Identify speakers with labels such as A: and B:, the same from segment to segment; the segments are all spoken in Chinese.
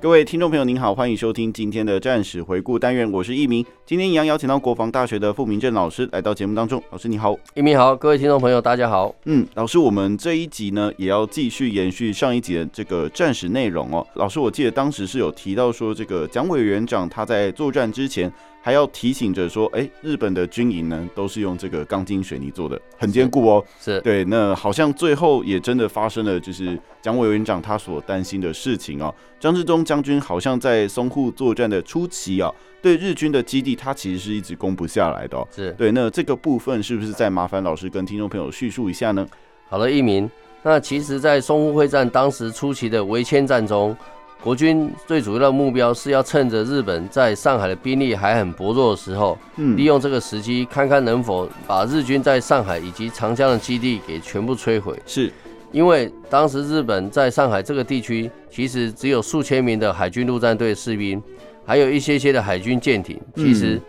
A: 各位听众朋友，您好，欢迎收听今天的战史回顾单元，我是一鸣。今天一样邀请到国防大学的傅明正老师来到节目当中。老师你好，
B: 一鸣好，各位听众朋友，大家好。
A: 嗯，老师，我们这一集呢也要继续延续上一集的这个战史内容哦。老师，我记得当时是有提到说，这个蒋委员长他在作战之前还要提醒着说，哎，日本的军营呢都是用这个钢筋水泥做的，很坚固哦。
B: 是，
A: 对，那好像最后也真的发生了，就是蒋委员长他所担心的事情哦。张治中将军好像在淞沪作战的初期啊、哦，对日军的基地，他其实是一直攻不下来的哦。
B: 是
A: 对，那这个部分是不是再麻烦老师跟听众朋友叙述一下呢？
B: 好了，一鸣。那其实，在淞沪会战当时初期的围歼战中，国军最主要的目标是要趁着日本在上海的兵力还很薄弱的时候，
A: 嗯
B: 利用这个时机，看看能否把日军在上海以及长江的基地给全部摧毁。
A: 是
B: 因为当时日本在上海这个地区，其实只有数千名的海军陆战队士兵，还有一些些的海军舰艇。
A: 嗯
B: 其实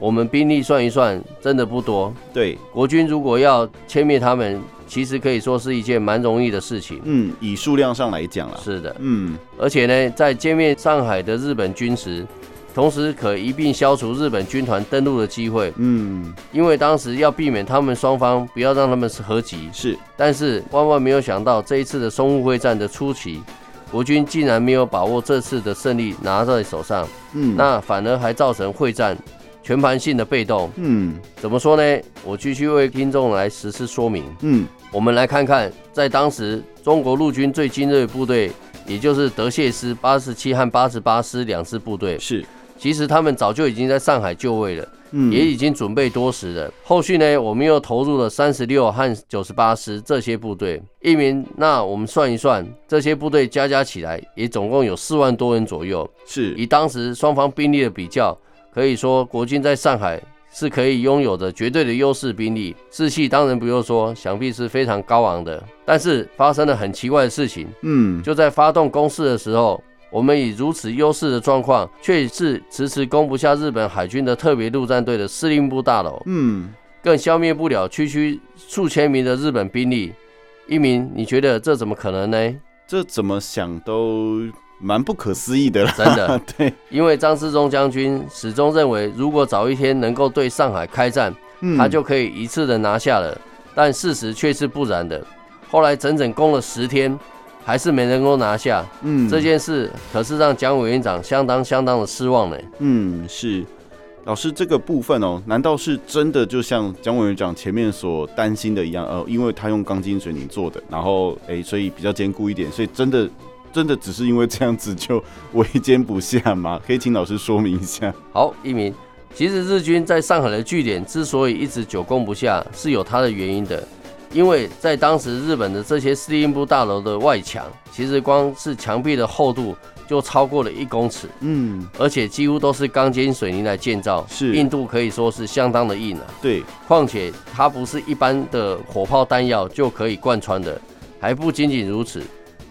B: 我们兵力算一算，真的不多。
A: 对，
B: 国军如果要歼灭他们，其实可以说是一件蛮容易的事情。
A: 嗯，以数量上来讲啦，
B: 是的，
A: 嗯，
B: 而且呢，在歼灭上海的日本军时，同时可一并消除日本军团登陆的机会，
A: 嗯，
B: 因为当时要避免他们双方不要让他们合击。
A: 是
B: 但是万万没有想到，这一次的淞沪会战的初期，国军竟然没有把握这次的胜利拿在手上，
A: 嗯，
B: 那反而还造成会战全盘性的被动。
A: 嗯
B: 怎么说呢？我继续为听众来实施说明。
A: 嗯
B: 我们来看看，在当时中国陆军最精锐部队，也就是德械师八十七和八十八师两支部队，
A: 是，
B: 其实他们早就已经在上海就位了，
A: 嗯
B: 也已经准备多时了。后续呢，我们又投入了三十六和九十八师这些部队。一鸣，那我们算一算，这些部队加加起来也总共有四万多人左右。
A: 是
B: 以当时双方兵力的比较，可以说国军在上海是可以拥有的绝对的优势兵力，士气当然不用说，想必是非常高昂的。但是发生了很奇怪的事情，
A: 嗯
B: 就在发动攻势的时候，我们以如此优势的状况，却是迟迟攻不下日本海军的特别陆战队的司令部大楼，
A: 嗯，
B: 更消灭不了区区数千名的日本兵力。一鸣，你觉得这怎么可能呢？
A: 这怎么想都蛮不可思议的啦。
B: 真的，
A: 对，
B: 因为张治中将军始终认为，如果早一天能够对上海开战，
A: 嗯
B: 他就可以一次的拿下了。但事实却是不然的。后来整整攻了十天，还是没能够拿下。
A: 嗯
B: 这件事可是让蒋委员长相当相当的失望呢。
A: 嗯，是。老师，这个部分哦，难道是真的就像蒋委员长前面所担心的一样？呃，因为他用钢筋水泥做的，然后诶、所以比较坚固一点，所以真的真的只是因为这样子就围歼不下吗？ 可以请老师说明一下。
B: 好，一鸣，其实日军在上海的据点之所以一直久攻不下，是有它的原因的。因为在当时日本的这些司令部大楼的外墙，其实光是墙壁的厚度就超过了一公尺。
A: 嗯，
B: 而且几乎都是钢筋水泥来建造，
A: 是
B: 硬度可以说是相当的硬啊。
A: 对，
B: 况且它不是一般的火炮弹药就可以贯穿的，还不仅仅如此，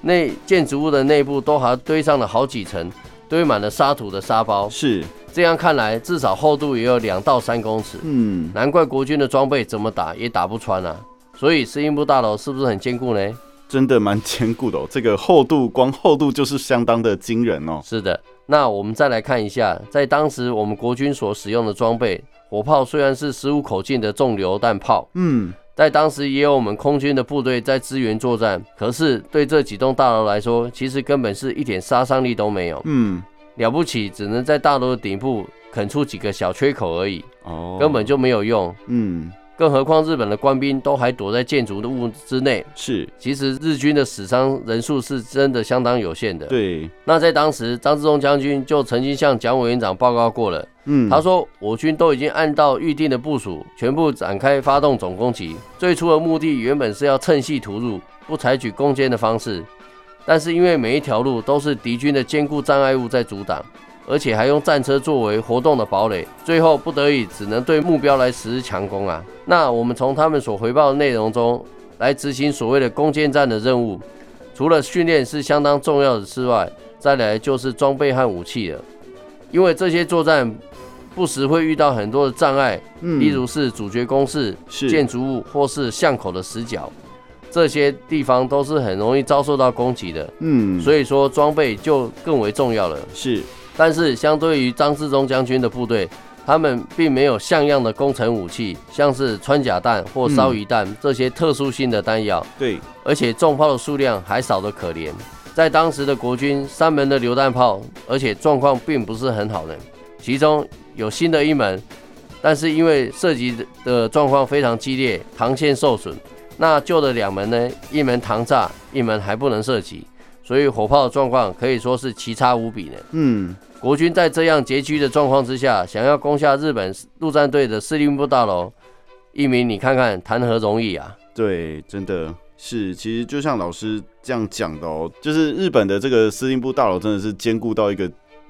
B: 内建筑物的内部都还堆上了好几层堆满了沙土的沙包，
A: 是，
B: 这样看来至少厚度也有两到三公尺，
A: 嗯，
B: 难怪国军的装备怎么打也打不穿啊。所以司令部大楼是不是很坚固呢？
A: 真的蛮坚固的哦，这个厚度光厚度就是相当的惊人哦。
B: 是的，那我们再来看一下，在当时我们国军所使用的装备，火炮虽然是十五口径的重榴弹炮，
A: 嗯，
B: 在当时也有我们空军的部队在支援作战，可是对这几栋大楼来说，其实根本是一点杀伤力都没有，
A: 嗯，
B: 了不起只能在大楼的顶部啃出几个小缺口而已，
A: 哦，
B: 根本就没有用。
A: 嗯，
B: 更何况日本的官兵都还躲在建筑的物之内。
A: 是
B: 其实日军的死伤人数是真的相当有限的。
A: 对，
B: 那在当时，张之洞将军就曾经向蒋委员长报告过了。
A: 嗯，
B: 他说，我军都已经按照预定的部署，全部展开发动总攻击。最初的目的原本是要趁隙突入，不采取攻坚的方式，但是因为每一条路都是敌军的坚固障碍物在阻挡，而且还用战车作为活动的堡垒，最后不得已只能对目标来实施强攻啊。那我们从他们所回报的内容中来执行所谓的攻坚战的任务，除了训练是相当重要的之外，再来就是装备和武器了，因为这些作战不时会遇到很多的障碍，
A: 嗯
B: 例如是主角工事、
A: 是
B: 建筑物或是巷口的死角，这些地方都是很容易遭受到攻击的，
A: 嗯，
B: 所以说装备就更为重要了。
A: 是
B: 但是相对于张自忠将军的部队，他们并没有像样的攻城武器，像是穿甲弹
A: 嗯
B: 或烧鱼弹、这些特殊性的弹药，
A: 对，
B: 而且重炮的数量还少得可怜。在当时的国军，三门的榴弹炮，而且状况并不是很好的，其中有新的一门，但是因为涉及的状况非常激烈，膛线受损。那旧的两门呢，一门膛炸，一门还不能射击，所以火炮的状况可以说是奇差无比呢。
A: 嗯
B: 国军在这样拮据的状况之下，想要攻下日本陆战队的司令部大楼，一鸣，你看看谈何容易啊！
A: 对，真的是，其实就像老师这样讲的哦，就是日本的这个司令部大楼真的是坚固到一个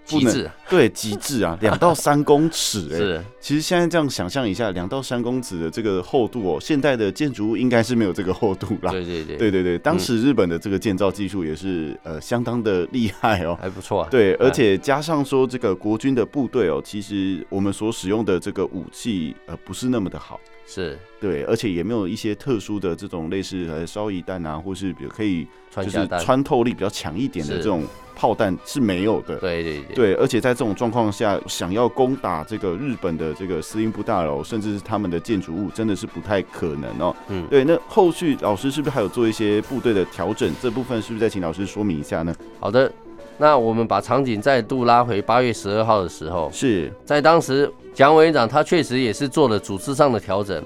A: 不
B: 极
A: 能
B: 致
A: 对极致啊，两到三公尺哎、
B: 是
A: 其实现在这样想象一下，两到三公尺的这个厚度哦，现代的建筑物应该是没有这个厚度啦。
B: 对嗯对对，
A: 对对对，当时日本的这个建造技术也是呃相当的厉害 哦。
B: 还不错啊。
A: 对，而
B: 哎
A: 且加上说这个国军的部队哦，其实我们所使用的这个武器呃不是那么的好，
B: 是
A: 对，而且也没有一些特殊的这种类似呃烧夷弹啊，或是比如可以
B: 穿
A: 就
B: 甲
A: 是
B: 弹，
A: 穿透力比较强一点的
B: 是
A: 这种炮弹是没有的。
B: 对对对，
A: 对，而且在这种状况下，想要攻打这个日本的这个司令部大楼，甚至是他们的建筑物，真的是不太可能哦。
B: 嗯，
A: 对，那后续老师是不是还有做一些部队的调整？这部分是不是再请老师说明一下呢？
B: 好的。那我们把场景再度拉回八月十二号的时候，
A: 是，
B: 在当时蒋委员长他确实也是做了组织上的调整。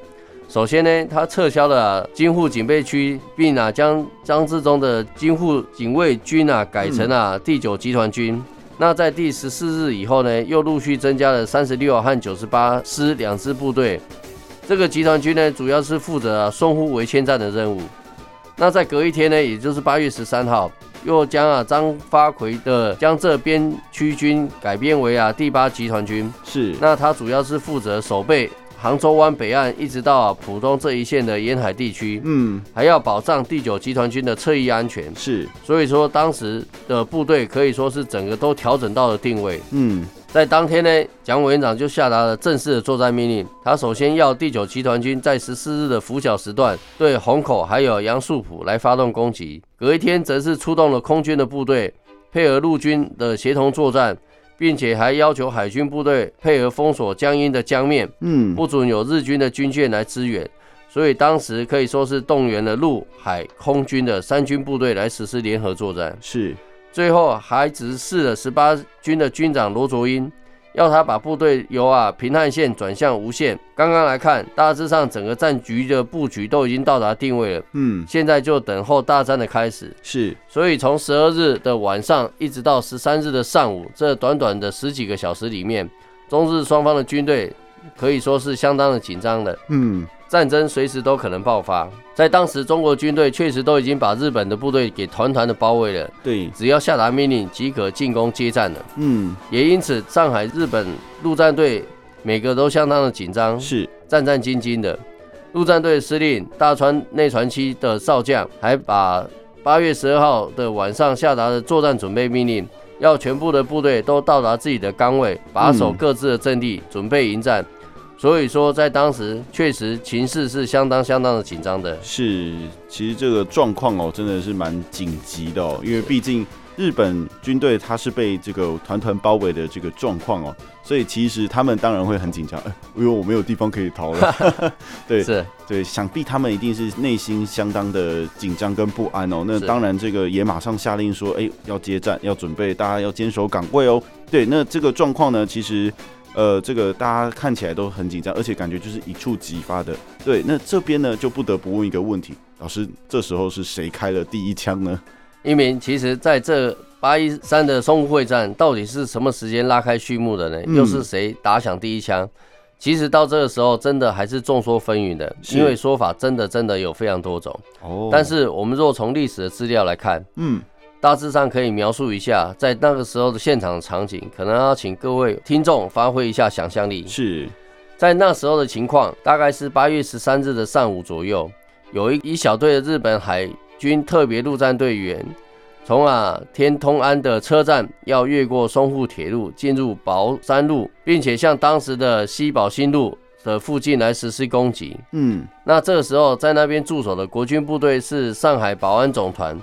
B: 首先呢，他撤销了京沪警备区，并啊将张自忠的京沪警卫军啊改成啊第九集团军。那在第十四日以后呢，又陆续增加了三十六和九十八师两支部队。这个集团军呢，主要是负责、啊、淞沪围歼战的任务。那在隔一天呢，也就是八月十三号，又将啊张发奎的将这边区军改编为啊第八集团军。
A: 是，
B: 那他主要是负责守备杭州湾北岸一直到啊浦东这一线的沿海地区，
A: 嗯，
B: 还要保障第九集团军的侧翼安全。
A: 是，
B: 所以说，当时的部队可以说是整个都调整到了定位。
A: 嗯，
B: 在当天呢，蒋委员长就下达了正式的作战命令。他首先要第九集团军在十四日的拂晓时段对虹口还有杨树浦来发动攻击，隔一天则是出动了空军的部队，配合陆军的协同作战，并且还要求海军部队配合封锁江阴的江面，
A: 嗯，
B: 不准有日军的军舰来支援。所以当时可以说是动员了陆、海、空军的三军部队来实施联合作战。
A: 是，
B: 最后还指示了十八军的军长罗卓英，要他把部队由啊平汉线转向吴县。刚刚来看，大致上整个战局的布局都已经到达定位了，
A: 嗯，
B: 现在就等候大战的开始。
A: 是，
B: 所以从十二日的晚上一直到十三日的上午，这短短的十几个小时里面，中日双方的军队可以说是相当的紧张的。
A: 嗯，
B: 战争随时都可能爆发，在当时，中国军队确实都已经把日本的部队给团团的包围了。
A: 对，
B: 只要下达命令即可进攻接战了。
A: 嗯，
B: 也因此，上海日本陆战队每个都相当的紧张，
A: 是，
B: 战战兢兢的。陆战队司令大川内传七的少将还把八月十二号的晚上下达的作战准备命令，要全部的部队都到达自己的岗位，把守
A: 嗯
B: 各自的阵地，准备迎战。所以说，在当时确实情势是相当相当的紧张的。
A: 是，其实这个状况哦，真的是蛮紧急的哦，因为毕竟日本军队它是被这个团团包围的这个状况哦，所以其实他们当然会很紧张，哎因为我没有地方可以逃了。 对
B: 是
A: 对，想必他们一定是内心相当的紧张跟不安哦。那
B: 是
A: 当然，这个也马上下令说，哎、要接战，要准备，大家要坚守岗位哦。对，那这个状况呢，其实。呃，这个大家看起来都很紧张，而且感觉就是一触即发的。对，那这边呢就不得不问一个问题：老师，这时候是谁开了第一枪呢？
B: 一鸣，其实在这八一三的淞沪会战，到底是什么时间拉开序幕的呢？
A: 嗯
B: 又是谁打响第一枪？其实到这个时候，真的还是众说纷纭的，
A: 是
B: 因为说法真的真的有非常多种。
A: 哦
B: 但是我们若从历史的资料来看，
A: 嗯，
B: 大致上可以描述一下在那个时候的现场场景，可能要请各位听众发挥一下想象力。
A: 是
B: 在那时候的情况，大概是八月十三日的上午左右，有一一小队的日本海军特别陆战队员，从啊天通安的车站要越过淞沪铁路进入宝山路，并且向当时的西宝新路的附近来实施攻击。
A: 嗯
B: 那这个时候在那边驻守的国军部队是上海保安总团，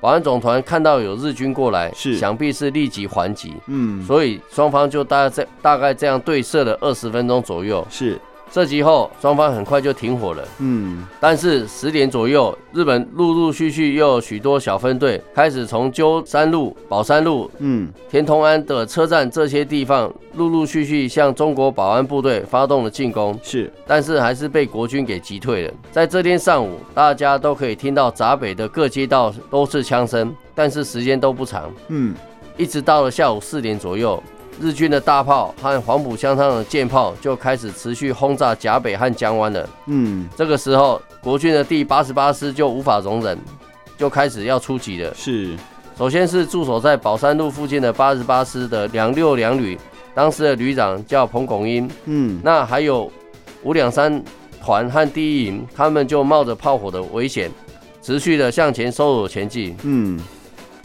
B: 保安总团看到有日军过来，
A: 是
B: 想必是立即还击，
A: 嗯，
B: 所以双方就大概这大概这样对射了二十分钟左右。
A: 是
B: 射击后，双方很快就停火了。
A: 嗯
B: 但是十点左右，日本陆陆续续又有许多小分队开始从鸠山路、宝山路、
A: 嗯
B: 田同安的车站这些地方，陆陆续续向中国保安部队发动了进攻。
A: 是
B: 但是还是被国军给击退了。在这天上午，大家都可以听到闸北的各街道都是枪声，但是时间都不长，
A: 嗯
B: 一直到了下午四点左右，日军的大炮和黄浦江上的舰炮就开始持续轰炸闸北和江湾了。
A: 嗯
B: 这个时候，国军的第八十八师就无法容忍，就开始要出击了。
A: 是
B: 首先是驻守在宝山路附近的八十八师的两六两旅，当时的旅长叫彭拱英，
A: 嗯
B: 那还有五两三团和第一营，他们就冒着炮火的危险，持续的向前搜索前进。
A: 嗯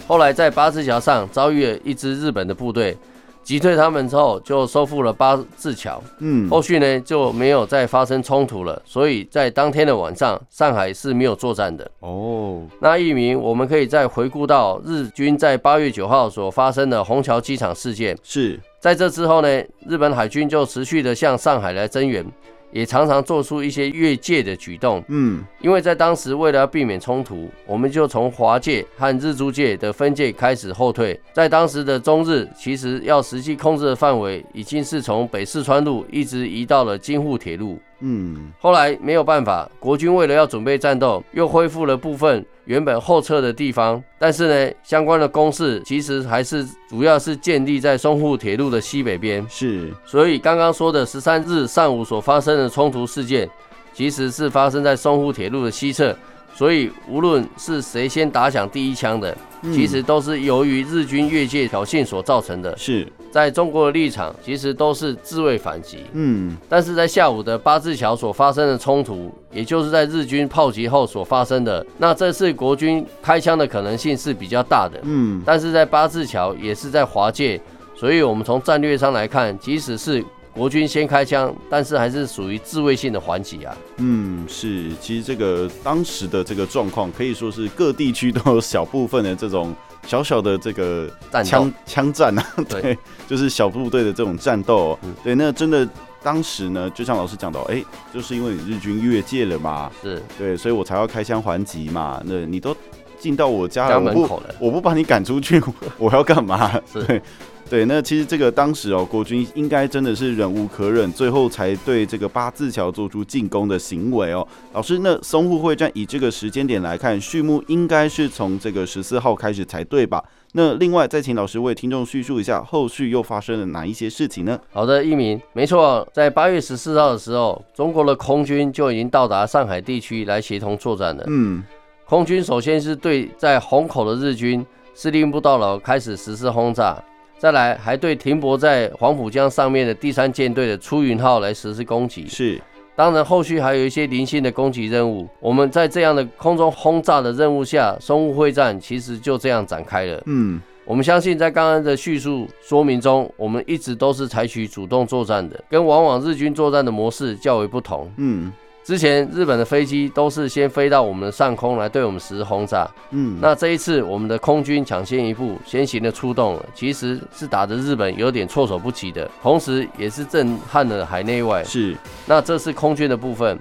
B: 后来在八字桥上遭遇了一支日本的部队，击退他们之后，就收复了八字桥。
A: 嗯
B: 后续呢就没有再发生冲突了，所以在当天的晚上，上海是没有作战的。
A: 哦
B: 那一名，我们可以再回顾到日军在八月九号所发生的虹桥机场事件。
A: 是
B: 在这之后呢，日本海军就持续的向上海来增援，也常常做出一些越界的举动。
A: 嗯
B: 因为在当时为了要避免冲突，我们就从华界和日租界的分界开始后退。在当时的中日，其实要实际控制的范围已经是从北四川路一直移到了京沪铁路。
A: 嗯
B: 后来没有办法，国军为了要准备战斗，又恢复了部分原本后撤的地方，但是呢，相关的攻势其实还是主要是建立在淞沪铁路的西北边。
A: 是
B: 所以刚刚说的十三日上午所发生的冲突事件，其实是发生在淞沪铁路的西侧。所以无论是谁先打响第一枪的，
A: 嗯
B: 其实都是由于日军越界挑衅所造成的。
A: 是
B: 在中国的立场，其实都是自卫反击。
A: 嗯
B: 但是在下午的八字桥所发生的冲突，也就是在日军炮击后所发生的，那这次国军开枪的可能性是比较大的。
A: 嗯
B: 但是在八字桥也是在华界，所以我们从战略上来看，即使是国军先开枪，但是还是属于自卫性的还击啊。
A: 嗯，是，其实这个当时的这个状况，可以说是各地区都有小部分的这种小小的这个
B: 战斗
A: 枪枪战啊，
B: 对
A: 对，就是小部队的这种战斗哦、
B: 嗯
A: 对，那真的当时呢，就像老师讲到，哎、就是因为你日军越界了嘛，
B: 是
A: 对，所以我才要开枪还击嘛。那你都进到我家了，
B: 家
A: 我
B: 门
A: 不
B: 口了，
A: 我不把你赶出去， 我要干嘛？
B: 是
A: 对对，那其实这个当时哦，国军应该真的是忍无可忍，最后才对这个八字桥做出进攻的行为哦。老师，那淞沪会战以这个时间点来看，序幕应该是从这个十四号开始才对吧？那另外再请老师为听众叙述一下后续又发生了哪一些事情呢？
B: 好的，一鸣，没错，在八月十四号的时候，中国的空军就已经到达上海地区来协同作战了。
A: 嗯，
B: 空军首先是对在虹口的日军司令部大楼开始实施轰炸，再来还对停泊在黄浦江上面的第三舰队的出云号来实施攻击。
A: 是，
B: 当然，后续还有一些零星的攻击任务。我们在这样的空中轰炸的任务下，淞沪会战其实就这样展开了。
A: 嗯，
B: 我们相信，在刚刚的叙述说明中，我们一直都是采取主动作战的，跟往往日军作战的模式较为不同。
A: 嗯，
B: 之前日本的飞机都是先飞到我们的上空来对我们实施轰炸，
A: 嗯，
B: 那这一次我们的空军抢先一步，先行的出动了，其实是打得日本有点措手不及的，同时也是震撼了海内外。
A: 是，
B: 那这是空军的部分，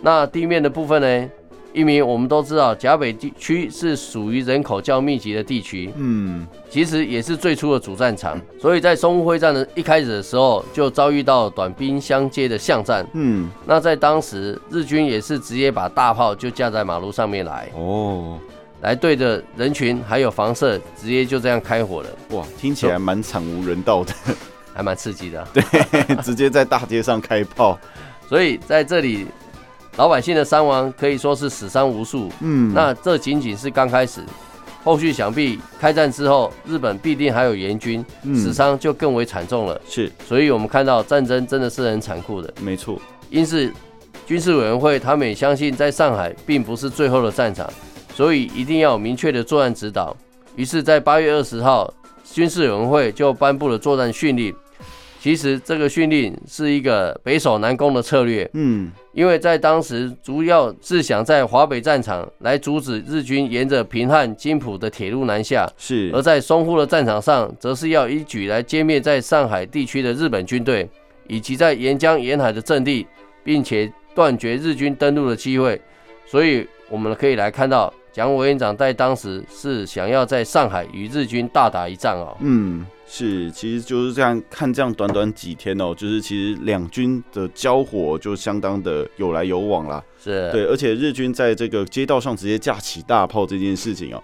B: 那地面的部分呢？一名我们都知道，甲北地区是属于人口较密集的地区，
A: 嗯，
B: 其实也是最初的主战场，所以在淞沪会战的一开始的时候，就遭遇到短兵相接的巷战。
A: 嗯，
B: 那在当时，日军也是直接把大炮就架在马路上面来，
A: 哦，
B: 来对着人群还有房舍，直接就这样开火了，
A: 哇，听起来蛮惨无人道的，
B: 还蛮刺激的啊、
A: 直接在大街上开炮，
B: 所以在这里，老百姓的伤亡可以说是死伤无数。
A: 嗯，
B: 那这仅仅是刚开始，后续想必开战之后，日本必定还有援军，
A: 嗯
B: 死伤就更为惨重了。
A: 是
B: 所以我们看到战争真的是很残酷的。
A: 没错，
B: 因此，军事委员会他们也相信，在上海并不是最后的战场，所以一定要有明确的作战指导。于是，在八月二十号，军事委员会就颁布了作战训令。其实，这个训令是一个北守南攻的策略，
A: 嗯，
B: 因为在当时主要是想在华北战场来阻止日军沿着平汉、津浦的铁路南下，
A: 是
B: 而，在淞沪的战场上，则是要一举来歼灭在上海地区的日本军队，以及在沿江沿海的阵地，并且断绝日军登陆的机会。所以，我们可以来看到，蒋委员长在当时是想要在上海与日军大打一仗哦。
A: 嗯，是，其实就是这样，看这样短短几天哦，就是其实两军的交火就相当的有来有往啦。
B: 是，
A: 对，而且日军在这个街道上直接架起大炮这件事情哦，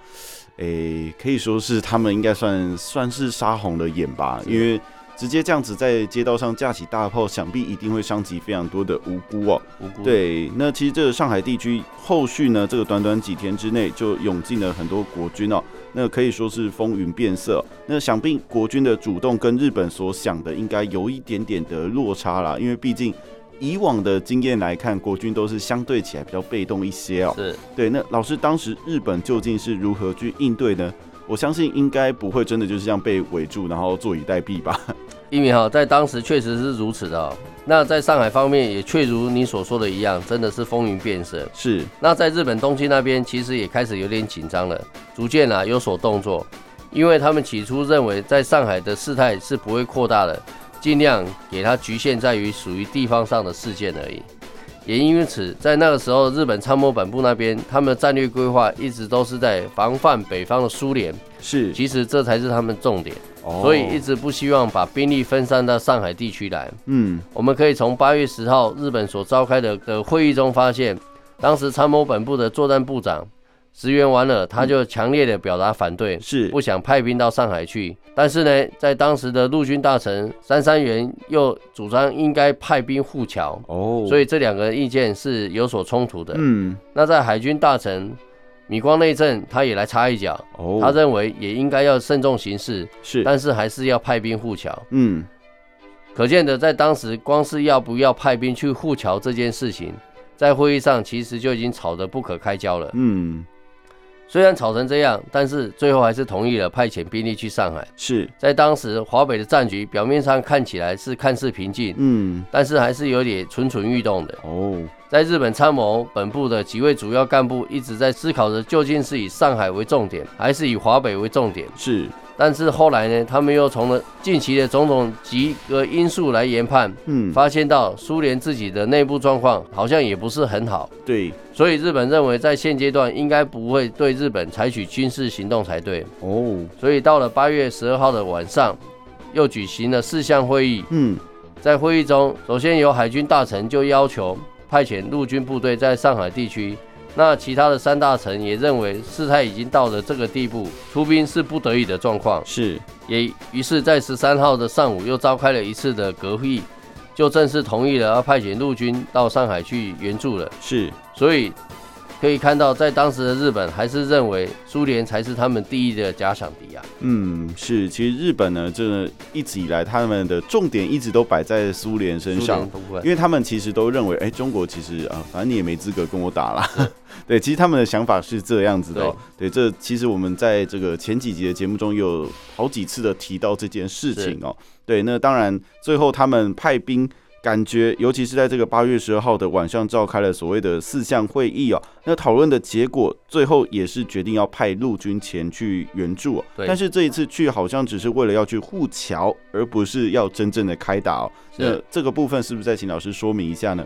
A: 诶，可以说是他们应该算算是杀红了眼吧，因为直接这样子在街道上架起大炮，想必一定会伤及非常多的无辜哦。
B: 无辜。，
A: 对，那其实这个上海地区后续呢，这个短短几天之内就涌进了很多国军哦，那可以说是风云变色哦、那想必国军的主动跟日本所想的应该有一点点的落差啦，因为毕竟以往的经验来看，国军都是相对起来比较被动一些哦。
B: 是
A: 对，那老师当时日本究竟是如何去应对呢？我相信应该不会真的就是这样被围住，然后坐以待毙吧？
B: 一鸣哈，在当时确实是如此的哦。那在上海方面，也确如你所说的一样，真的是风云变色。
A: 是，
B: 那在日本东京那边，其实也开始有点紧张了，逐渐啊有所动作，因为他们起初认为在上海的事态是不会扩大的，尽量给它局限在于属于地方上的事件而已。也因此，在那个时候，日本参谋本部那边，他们的战略规划一直都是在防范北方的苏联，
A: 是，
B: 其实这才是他们重点，
A: 哦
B: 所以一直不希望把兵力分散到上海地区来。
A: 嗯，
B: 我们可以从八月十号日本所召开的的会议中发现，当时参谋本部的作战部长石原完了，他就强烈的表达反对，
A: 是
B: 不想派兵到上海去。但是呢，在当时的陆军大臣杉山元又主张应该派兵护侨，
A: 哦，
B: 所
A: 以
B: 以这两个意见是有所冲突的。
A: 嗯，
B: 那在海军大臣米光内政，他也来插一脚，
A: 哦，
B: 他认为也应该要慎重行事，
A: 是，
B: 但是还是要派兵护侨。
A: 嗯，
B: 可见的，在当时，光是要不要派兵去护侨这件事情，在会议上其实就已经吵得不可开交了。
A: 嗯，
B: 虽然吵成这样，但是最后还是同意了派遣兵力去上海。
A: 是，
B: 在当时，华北的战局表面上看起来是看似平静，
A: 嗯，
B: 但是还是有点蠢蠢欲动的。
A: 哦，
B: 在日本参谋本部的几位主要干部一直在思考着，究竟是以上海为重点，还是以华北为重点。
A: 是，
B: 但是后来呢，他们又从了近期的种种几个因素来研判，
A: 嗯，
B: 发现到苏联自己的内部状况好像也不是很好，
A: 对，
B: 所以日本认为在现阶段应该不会对日本采取军事行动才对。
A: 哦，
B: 所以到了八月十二号的晚上，又举行了四项会议。
A: 嗯，
B: 在会议中，首先由海军大臣就要求派遣陆军部队在上海地区。那其他的三大臣也认为事态已经到了这个地步，出兵是不得已的状况。
A: 是，
B: 也于是，在十三号的上午又召开了一次的阁议，就正式同意了要派遣陆军到上海去援助了。
A: 是，
B: 所以可以看到，在当时的日本还是认为苏联才是他们第一的假想敌啊。
A: 嗯，是。其实日本呢，真的一直以来他们的重点一直都摆在苏联身
B: 苏联
A: 上，
B: 部分
A: 嗯因为他们其实都认为，哎、中国其实啊、反正你也没资格跟我打啦。 对，其实他们的想法是这样子的、哦。对，这其实我们在这个前几集的节目中有好几次的提到这件事情哦。对，那当然最后他们派兵。感觉，尤其是在这个八月十二号的晚上召开了所谓的四项会议哦，那讨论的结果最后也是决定要派陆军前去援助、哦。
B: 对
A: 但是这一次去好像只是为了要去护侨，而不是要真正的开打哦。
B: 是
A: 那这个部分是不是再请老师说明一下呢？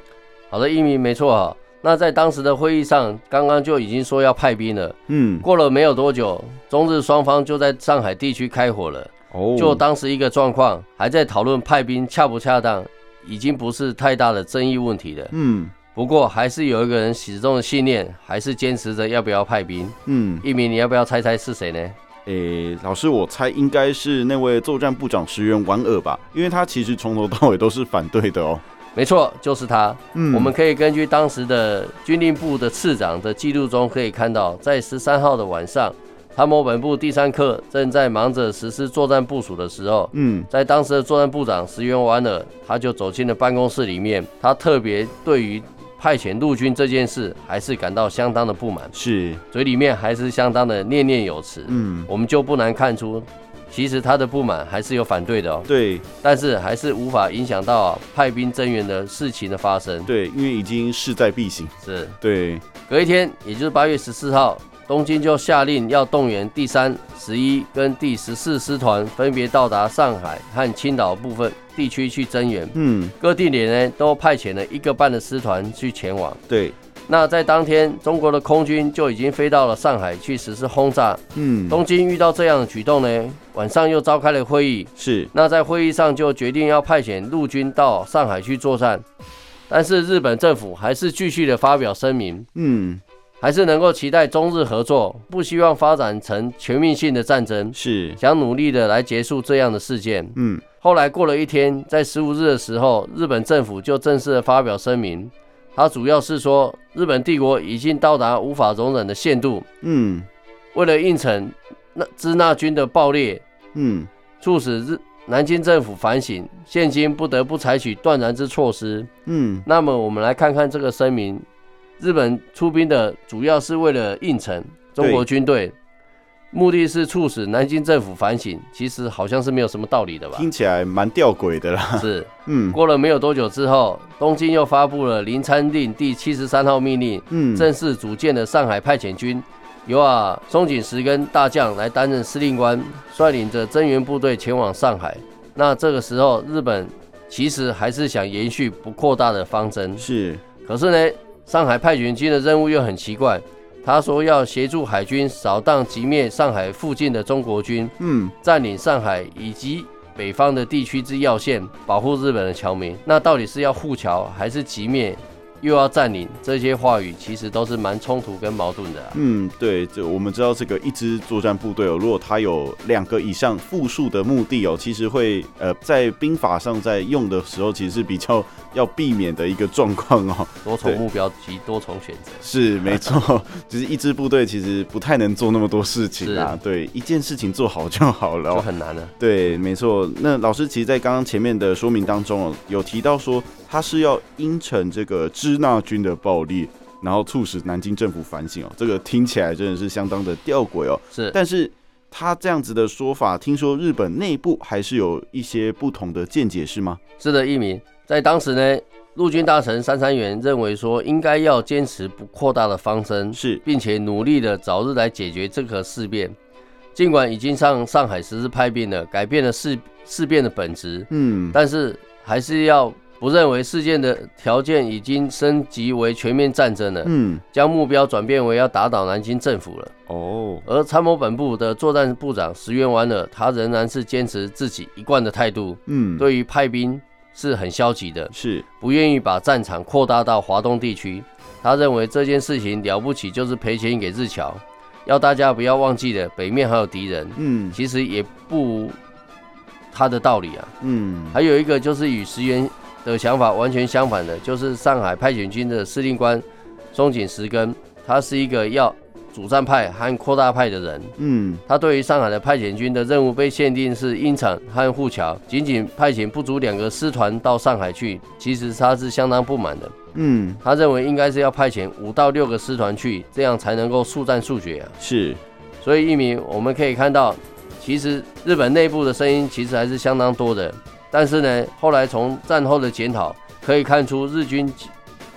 B: 好的，一鸣没错哈、啊那在当时的会议上，刚刚就已经说要派兵了。
A: 嗯，
B: 过了没有多久，中日双方就在上海地区开火了。
A: 哦
B: 就当时一个状况，还在讨论派兵恰不恰当，已经不是太大的争议问题了。
A: 嗯
B: 不过还是有一个人始终的信念，还是坚持着要不要派兵。
A: 嗯，
B: 一鸣，你要不要猜猜是谁呢？
A: 诶、老师，我猜应该是那位作战部长石原莞尔吧，因为他其实从头到尾都是反对的哦。
B: 没错，就是他。
A: 嗯
B: 我们可以根据当时的军令部的次长的记录中可以看到，在十三号的晚上，参谋本部第三课正在忙着实施作战部署的时候，
A: 嗯
B: 在当时的作战部长石原莞尔，他就走进了办公室里面，他特别对于派遣陆军这件事还是感到相当的不满，
A: 是
B: 嘴里面还是相当的念念有词。
A: 嗯
B: 我们就不难看出，其实他的不满还是有反对的哦，
A: 对
B: 但是还是无法影响到啊、派兵增援的事情的发生。
A: 对，因为已经势在必行。
B: 是。
A: 对，
B: 隔一天，也就是八月十四号，东京就下令要动员第三、十一跟第十四师团分别到达上海和青岛部分地区去增援。
A: 嗯
B: 各地点呢都派遣了一个半的师团去前往。
A: 对，
B: 那在当天，中国的空军就已经飞到了上海去实施轰炸。
A: 嗯
B: 东京遇到这样的举动呢，晚上又召开了会议。
A: 是
B: 那在会议上就决定要派遣陆军到上海去作战，但是日本政府还是继续的发表声明，
A: 嗯
B: 还是能够期待中日合作，不希望发展成全面性的战争，
A: 是
B: 想努力的来结束这样的事件。
A: 嗯
B: 后来过了一天，在十五日的时候，日本政府就正式的发表声明，它主要是说日本帝国已经到达无法容忍的限度，
A: 嗯
B: 为了应承那支那军的暴烈，
A: 嗯
B: 促使日南京政府反省，现今不得不采取断然之措施。
A: 嗯
B: 那么我们来看看这个声明，日本出兵的主要是为了应承中国军队，目的是促使南京政府反省，其实好像是没有什么道理的吧？
A: 听起来蛮吊诡的啦。
B: 是。
A: 嗯
B: 过了没有多久之后，东京又发布了《临参令》第七十三号命令，
A: 嗯
B: 正式组建了上海派遣军，由啊松井石根大将来担任司令官，率领着增援部队前往上海。那这个时候，日本其实还是想延续不扩大的方针，
A: 是
B: 可是呢，上海派遣军的任务又很奇怪。他说要协助海军扫荡、击灭上海附近的中国军，
A: 嗯
B: 占领上海以及北方的地区之要线，保护日本的侨民。那到底是要护侨还是击灭，又要占领？这些话语其实都是蛮冲突跟矛盾的啊、
A: 嗯，对，这我们知道这个一支作战部队哦，如果它有两个以上复数的目的哦，其实会呃在兵法上在用的时候，其实是比较要避免的一个状况哦。
B: 多重目标及多重选择。
A: 是没错，就是一支部队其实不太能做那么多事情啊。对，一件事情做好就好了、
B: 就
A: 哦。
B: 很难了，
A: 对，没错。那老师其实，在刚刚前面的说明当中哦，有提到说他是要应承这个支那军的暴力，然后促使南京政府反省哦。这个听起来真的是相当的吊诡哦。
B: 是
A: 但是他这样子的说法，听说日本内部还是有一些不同的见解，是吗？
B: 是的，一名在当时呢，陆军大臣杉山元认为说，应该要坚持不扩大的方针，
A: 是，
B: 并且努力的早日来解决这个事变。尽管已经上上海实施派兵了，改变了事事变的本质，
A: 嗯，
B: 但是还是要不认为事件的条件已经升级为全面战争了，
A: 嗯，
B: 将目标转变为要打倒南京政府了。
A: 哦，
B: 而参谋本部的作战部长石原莞尔，他仍然是坚持自己一贯的态度，
A: 嗯，，
B: 对于派兵是很消极的，
A: 是，
B: 不愿意把战场扩大到华东地区。他认为这件事情了不起就是赔钱给日侨，要大家不要忘记了北面还有敌人，
A: 嗯，
B: 其实也不无他的道理啊。
A: 嗯，
B: 还有一个就是与石原的想法完全相反的，就是上海派遣军的司令官松井石根，他是一个要主战派和扩大派的人。
A: 嗯，
B: 他对于上海的派遣军的任务被限定是鹰场和护桥，仅仅派遣不足两个师团到上海去，其实他是相当不满的。
A: 嗯，
B: 他认为应该是要派遣五到六个师团去，这样才能够速战速决啊。
A: 是，
B: 所以一鸣我们可以看到，其实日本内部的声音其实还是相当多的。但是呢，后来从战后的检讨可以看出，日军其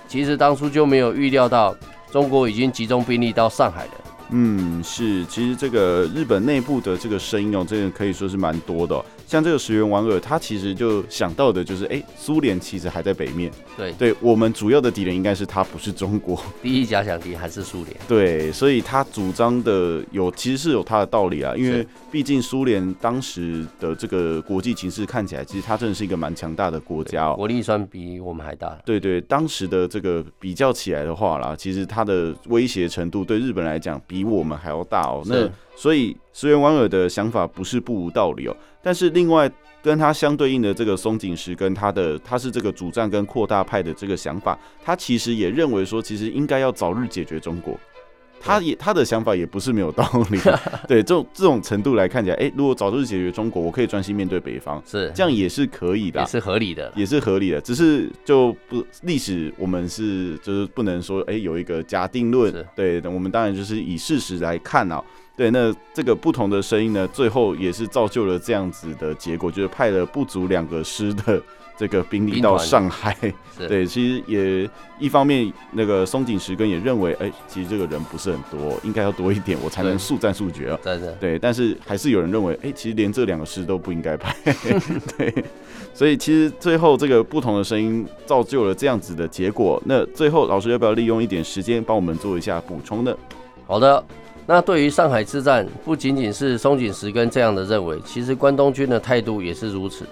B: 其实当初就没有预料到中国已经集中兵力到上海了。
A: 嗯，是，其实这个日本内部的这个声音哦，这个可以说是蛮多的哦、像这个石原莞尔，他其实就想到的就是，哎、苏联其实还在北面，
B: 对，
A: 对我们主要的敌人应该是他，不是中国。
B: 第一假想敌还是苏联，
A: 对，所以他主张的有其实是有他的道理啊，因为
B: 是
A: 毕竟苏联当时的这个国际形势看起来，其实它真的是一个蛮强大的国家哦。
B: 国力算比我们还大。
A: 对对，当时的这个比较起来的话啦，其实它的威胁程度对日本来讲比我们还要大哦。那
B: 是
A: 所以石原莞尔的想法不是不无道理哦，但是另外跟他相对应的这个松井石跟他的他是这个主战跟扩大派的这个想法，他其实也认为说，其实应该要早日解决中国。他也他的想法也不是没有道理，对这种这种程度来看起来，哎、如果早日解决中国，我可以专心面对北方，
B: 是，
A: 这样也是可以的啊、
B: 也是合理的啦。
A: 也是合理的，只是就不历史我们是就是不能说哎、诶有一个假定论
B: 是，
A: 对，那我们当然就是以事实来看啊。对，那这个不同的声音呢，最后也是造就了这样子的结果，就是派了不足两个师的这个兵力
B: 兵
A: 到
B: 团
A: 上海。
B: 是，
A: 对，其实也一方面，那个松井石根也认为，哎、其实这个人不是很多，应该要多一点，我才能
B: 对
A: 速战速决啊。
B: 真的
A: 对，但是还是有人认为，哎、其实连这两个师都不应该拍， 对，所以其实最后这个不同的声音造就了这样子的结果。那最后老师要不要利用一点时间帮我们做一下补充呢？
B: 好的，那对于上海之战，不仅仅是松井石根这样的认为，其实关东军的态度也是如此的。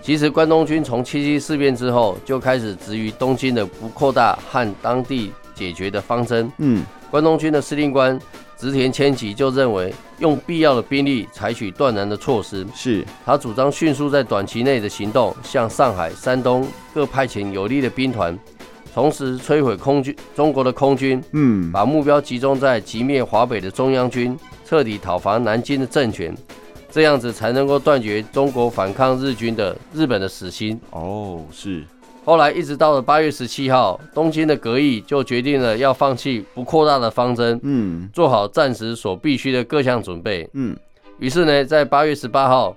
B: 其实关东军从七七事变之后就开始执于东京的不扩大和当地解决的方针。
A: 嗯，
B: 关东军的司令官植田谦吉就认为，用必要的兵力采取断然的措施。
A: 是
B: 他主张迅速在短期内的行动，向上海、山东各派遣有力的兵团，同时摧毁空军中国的空军，
A: 嗯，
B: 把目标集中在击灭华北的中央军，彻底讨伐南京的政权，这样子才能够断绝中国反抗日军的日本的死心。
A: 哦，是
B: 后来一直到了八月十七号，东京的阁议就决定了要放弃不扩大的方针，
A: 嗯
B: 做好战时所必须的各项准备。
A: 嗯，
B: 于是呢，在八月十八号，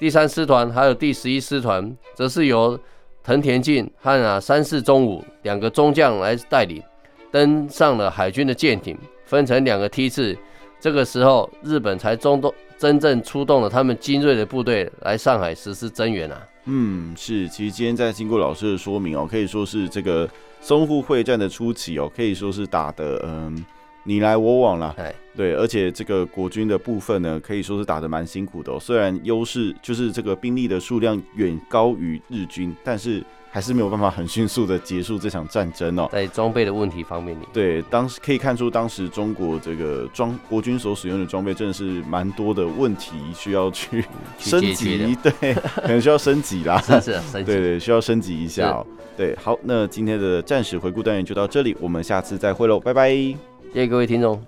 B: 第三师团还有第十一师团，则是由藤田进和啊三四中武两个中将来带领，登上了海军的舰艇，分成两个梯次。这个时候，日本才中动真正出动了他们精锐的部队来上海实施增援啊。
A: 嗯，是，其实今天在经过老师的说明哦，可以说是这个淞沪会战的初期哦，可以说是打的嗯你来我往啦。
B: 哎，
A: 对，而且这个国军的部分呢，可以说是打得蛮辛苦的哦、虽然优势就是这个兵力的数量远高于日军，但是还是没有办法很迅速的结束这场战争哦。
B: 在装备的问题方面，你
A: 对，当时可以看出，当时中国这个装国军所使用的装备真的是蛮多的问题需要去
B: 嗯去
A: 升
B: 解决
A: 级
B: 的，
A: 对，可能需要升级啦。
B: 是是
A: 对
B: 升级，
A: 对，需要升级一下哦。对，好，那今天的战史回顾单元就到这里，我们下次再会喽，拜拜。
B: 谢谢各位听众。